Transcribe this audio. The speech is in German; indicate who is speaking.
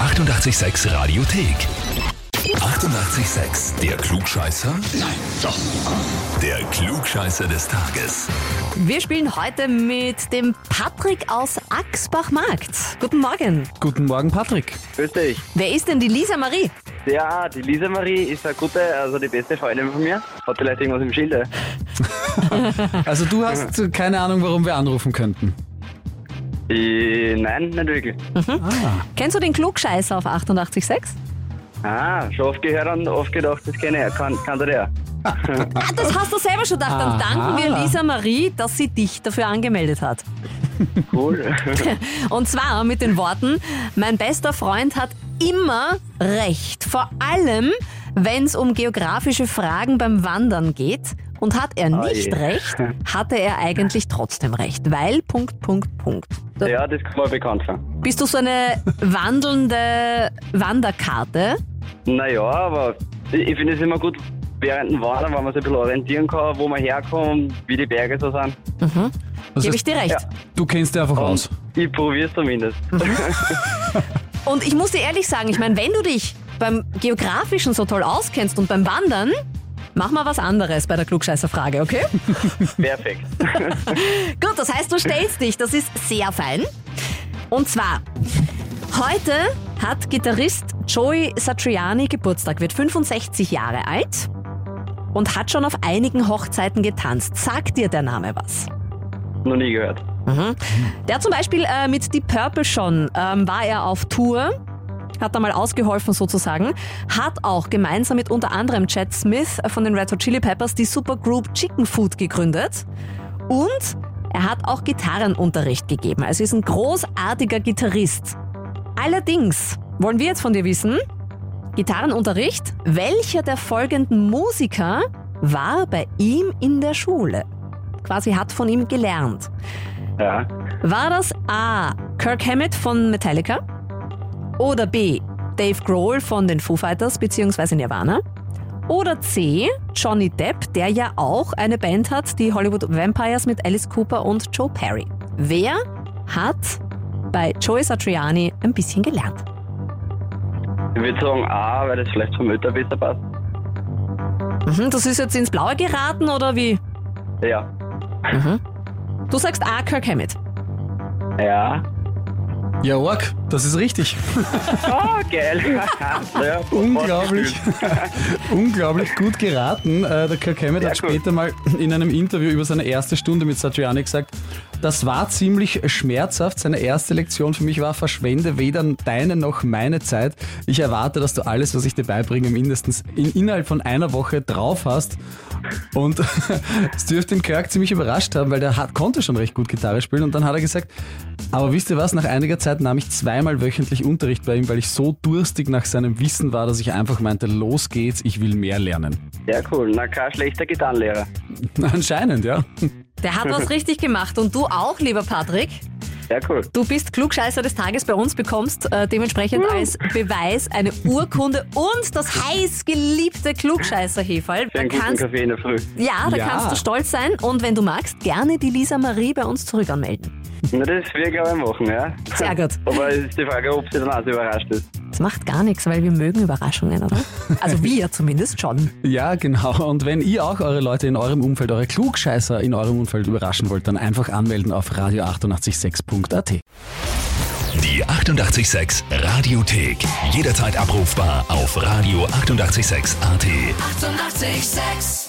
Speaker 1: 886 Radiothek. 88,6. Der Klugscheißer? Nein, doch. Der Klugscheißer des Tages.
Speaker 2: Wir spielen heute mit dem Patrick aus Axbach-Markt. Guten Morgen.
Speaker 3: Guten Morgen, Patrick.
Speaker 4: Grüß dich.
Speaker 2: Wer ist denn die Lisa Marie?
Speaker 4: Ja, die Lisa Marie ist eine gute, also die beste Freundin von mir. Hat vielleicht irgendwas im Schilde.
Speaker 3: Also du hast äh, keine Ahnung, warum wir anrufen könnten.
Speaker 4: Ich, nein, nicht wirklich.
Speaker 2: Kennst du den Klugscheißer auf 88.6?
Speaker 4: Ah, schon oft gehört und oft gedacht, das kenne ich. Kann, kann der ja.
Speaker 2: Ah, das hast du selber schon gedacht. Dann danken wir Lisa Marie, dass sie dich dafür angemeldet hat.
Speaker 4: Cool.
Speaker 2: Und zwar mit den Worten, mein bester Freund hat immer recht, vor allem wenn es um geografische Fragen beim Wandern geht. Und hat er
Speaker 4: Oh je.
Speaker 2: nicht recht, hatte er eigentlich trotzdem recht, weil Punkt, Punkt, Punkt. Da
Speaker 4: ja, das kann man bekannt sein.
Speaker 2: Bist du so eine wandelnde Wanderkarte?
Speaker 4: Naja, aber ich, ich finde es immer gut während dem Wandern, wenn man sich ein bisschen orientieren kann, wo man herkommt, wie die Berge so sind.
Speaker 3: Das
Speaker 2: Gebe
Speaker 3: heißt,
Speaker 2: ich dir recht.
Speaker 4: Ja.
Speaker 3: du kennst dir einfach aus.
Speaker 4: Ich probiere es zumindest.
Speaker 2: Und ich muss dir ehrlich sagen, ich meine, wenn du dich beim Geografischen so toll auskennst und beim Wandern, mach mal was anderes bei der Klugscheißerfrage, okay?
Speaker 4: Perfekt.
Speaker 2: Gut, das heißt, du stellst dich, das ist sehr fein. Und zwar, heute hat Gitarrist Joey Satriani Geburtstag, wird 65 Jahre alt und hat schon auf einigen Hochzeiten getanzt. Sagt dir der Name was?
Speaker 4: Noch nie gehört.
Speaker 2: Der zum Beispiel äh, mit Die Purple schon ähm, war er auf Tour, hat da mal ausgeholfen sozusagen, hat auch gemeinsam mit unter anderem Chad Smith von den Red Hot Chili Peppers die Supergroup Chicken Food gegründet und er hat auch Gitarrenunterricht gegeben, also ist ein großartiger Gitarrist. Allerdings wollen wir jetzt von dir wissen, Gitarrenunterricht, welcher der folgenden Musiker war bei ihm in der Schule? Quasi hat von ihm gelernt.
Speaker 4: Ja.
Speaker 2: War das A. Kirk Hammett von Metallica? Oder B. Dave Grohl von den Foo Fighters bzw. Nirvana? Oder C. Johnny Depp, der ja auch eine Band hat, die Hollywood Vampires mit Alice Cooper und Joe Perry. Wer hat bei Joey Satriani ein bisschen gelernt?
Speaker 4: Ich würde sagen A, weil das vielleicht vom Ötter besser passt.
Speaker 2: Mhm, das ist jetzt ins Blaue geraten oder wie?
Speaker 4: Ja.
Speaker 2: Du sagst A. Kirk Hammett.
Speaker 4: Ja.
Speaker 3: Ja, Ork, das ist richtig.
Speaker 4: Oh, geil. ja,
Speaker 3: Unglaublich, unglaublich gut geraten. Äh, Der Kirk Hammett
Speaker 4: Ja,
Speaker 3: hat
Speaker 4: cool.
Speaker 3: später mal in einem Interview über seine erste Stunde mit Satriani gesagt, das war ziemlich schmerzhaft. Seine erste Lektion für mich war, verschwende weder deine noch meine Zeit. Ich erwarte, dass du alles, was ich dir beibringe, mindestens in, innerhalb von einer Woche drauf hast. Und es dürfte den Kirk ziemlich überrascht haben, weil der hat, konnte schon recht gut Gitarre spielen. Und dann hat er gesagt, aber wisst ihr was, nach einiger Zeit nahm ich zweimal wöchentlich Unterricht bei ihm, weil ich so durstig nach seinem Wissen war, dass ich einfach meinte, los geht's, ich will mehr lernen.
Speaker 4: Ja, cool. Na, kein schlechter Gitarrenlehrer.
Speaker 3: Anscheinend, ja.
Speaker 2: Der hat was richtig gemacht und du auch, lieber Patrick.
Speaker 4: Ja, cool.
Speaker 2: Du bist Klugscheißer des Tages bei uns, bekommst äh, dementsprechend
Speaker 4: Hm.
Speaker 2: als Beweis eine Urkunde und das heiß geliebte Klugscheißer-Heferl.
Speaker 4: Für
Speaker 2: Da
Speaker 4: einen guten
Speaker 2: kannst,
Speaker 4: Kaffee in der Früh.
Speaker 2: ja, da
Speaker 3: Ja.
Speaker 2: kannst du stolz sein und wenn du magst, gerne die Lisa Marie bei uns zurück anmelden.
Speaker 4: Na, das will ich glaube ich machen, ja.
Speaker 2: Sehr gut.
Speaker 4: Aber es ist die Frage, ob sie dann auch so überrascht ist.
Speaker 2: Das macht gar nichts, weil wir mögen Überraschungen, oder? Also wir zumindest schon.
Speaker 3: Ja, genau. Und wenn ihr auch eure Leute in eurem Umfeld, eure Klugscheißer in eurem Umfeld überraschen wollt, dann einfach anmelden auf radio886.at.
Speaker 1: Die 88,6 Radiothek. Jederzeit abrufbar auf radio886.at. 88,6.
Speaker 5: Eighty-eight, sex.